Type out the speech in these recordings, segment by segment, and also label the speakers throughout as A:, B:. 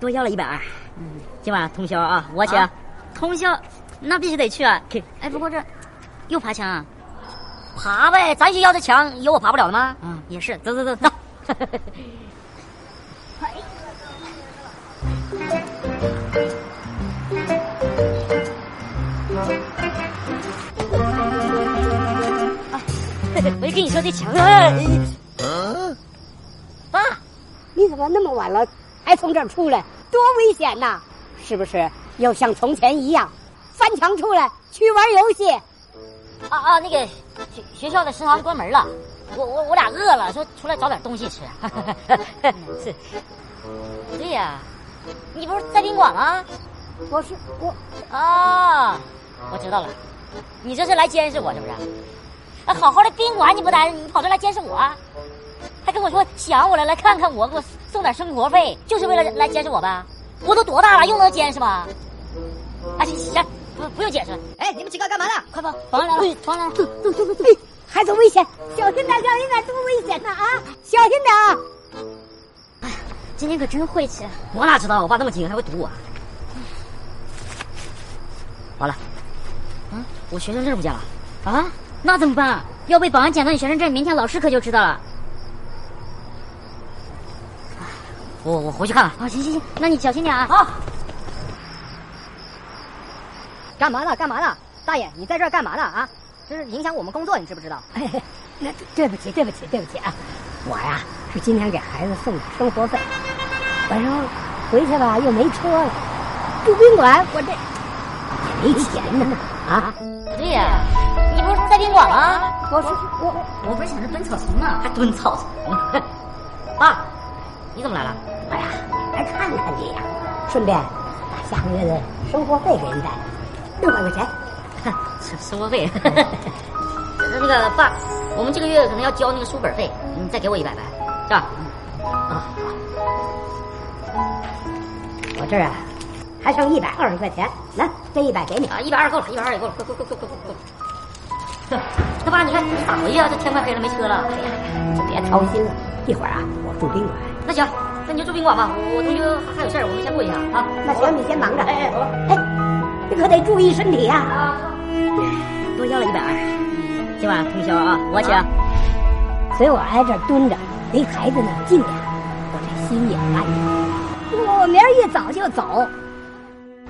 A: 多要了一百二。嗯，今晚通宵啊，我请。
B: 通宵，那必须得去啊！
A: 去
B: 哎，不过这又爬墙啊？
A: 爬呗，咱学校的墙有我爬不了的吗？
B: 嗯，
A: 也是，走走走 啊走。我就跟你说这墙啊，爸，
C: 你怎么那么晚了还从这儿出来？多危险呐！是不是要像从前一样，翻墙出来去玩游戏？
A: 啊啊，那个学学校的食堂关门了，我我我俩饿了，说出来找点东西吃。 是，对呀、你不是在宾馆吗？
C: 我是我，
A: 啊，我知道了，你这是来监视我是不是？啊，好好的宾馆你不待着，你跑这来监视我，还跟我说想我了，来看看我，给我送点生活费，就是为了来监视我吧？我都多大了，又能监视吗？啊，行行，不不用解释了，
D: 哎，你们几个干嘛呢？
A: 快跑，床上来了，床上来了。
C: 哎，孩子危险，小心点，小心点，多危险呐啊！小心点啊！
B: 今天可真晦气啊！
A: 我哪知道我爸那么精，还会堵我。完了，嗯，我学生证不见了，
B: 啊，那怎么办？要被保安捡到你学生证，明天老师可就知道了。
A: 我我回去看看。
B: 啊，行行行，那你小心点啊！
D: 好，干嘛呢？干嘛呢？大爷，你在这儿干嘛呢？啊，这是影响我们工作，你知不知道？
C: 哎，那对不起，对不起，对不起啊！我呀是今天给孩子送点生活费，晚上回去吧又没车了，住宾馆我这也没钱呢啊！
A: 对呀、你不是在宾馆吗？
C: 我是我
B: 我不是想着蹲草丛啊呢。
A: 还蹲草丛。爸，你怎么来了？
C: 哎呀来看看你呀，顺便把下个月的生活费给你带来，六百块钱。
A: 生生活费。 那个爸，我们这个月可能要交那个书本费，你再给我一百呗，是吧？
C: 我这儿啊还剩一百二十块钱，来这一百给你。
A: 啊，一百二够了，一百二也够了，够够够够够够够。那爸，你看你咋回去啊？这天快黑了，没车了。哎呀。
C: 就别操心了，一会儿啊我住宾馆。
A: 那行，那你就住宾馆吧，我我同学还有事儿，我们先过一下啊。
C: 那行，你先忙着。
A: 哎哎，走吧。
C: 哎，你可得注意身体呀、
A: 啊，多交了一百二，今晚通宵啊，我请。
C: 所以我挨这儿蹲着，离孩子呢近点儿，我这心也安宁。我明儿一早就走，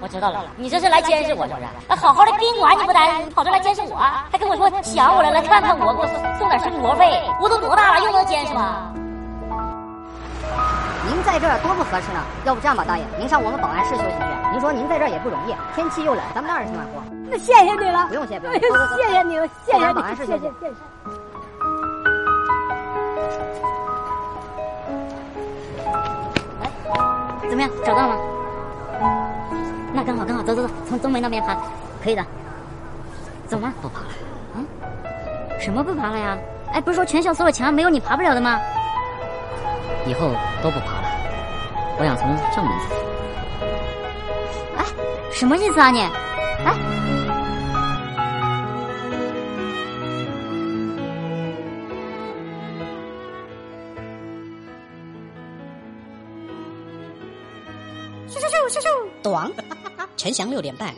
A: 我知道了，你这是来监视我是不是？那好好的宾馆你不待着，你跑这来监视我，还跟我说想我了，来看看我，给我送点生活费。我都多大了，又能监视吗？
D: 您在这儿多不合适呢。要不这样吧，大爷，您上我们保安室休息去。您说您在这儿也不容易，天气又冷，咱们当然去暖和。
C: 那谢谢你了
D: 不。用谢，不用
C: 哎
D: 谢。
C: 呦
D: 走走走
C: 谢谢你了，谢
D: 我
C: 谢你
D: 们保安室休
C: 谢谢
D: 息
C: 谢谢。
B: 怎么样，找到了吗？那刚好刚好，走走走，从东北那边爬，可以的。怎么不爬了？啊？什么不爬了呀？哎，不是说全校所有墙没有你爬不了的吗？
A: 以后都不爬了，我想从正门进。
B: 哎，什么意思啊你？哎，
D: 短。
E: 晨翔六点半